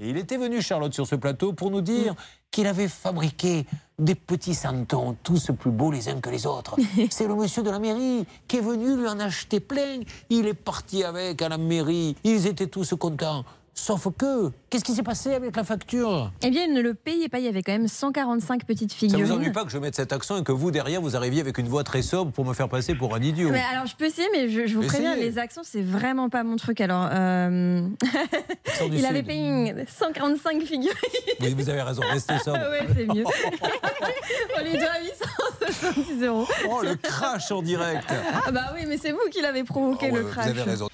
Et il était venu, Charlotte, sur ce plateau pour nous Mm. dire qu'il avait fabriqué des petits santons, tous plus beaux les uns que les autres. C'est le monsieur de la mairie qui est venu lui en acheter plein. Il est parti avec à la mairie. Ils étaient tous contents. Sauf que, qu'est-ce qui s'est passé avec la facture Eh bien, il ne le payait pas. Il y avait quand même 145 petites Ça figurines. vous ennuie pas que je mette cet accent et que vous, derrière, vous arriviez avec une voix très sobre pour me faire passer pour un idiot Ouais, alors, je peux essayer, mais je, je vous Essayez. préviens, les accents, c'est vraiment pas mon truc. Alors, euh, Accent du il avait Sud. payé une- 145 figurines. Oui, vous avez raison, restez sobre. Ah ouais, c'est mieux. On lui doit 870 euros. Oh, le crash en direct Ah bah oui, mais c'est vous qui l'avez provoqué Oh, ouais, le crash. Vous avez raison.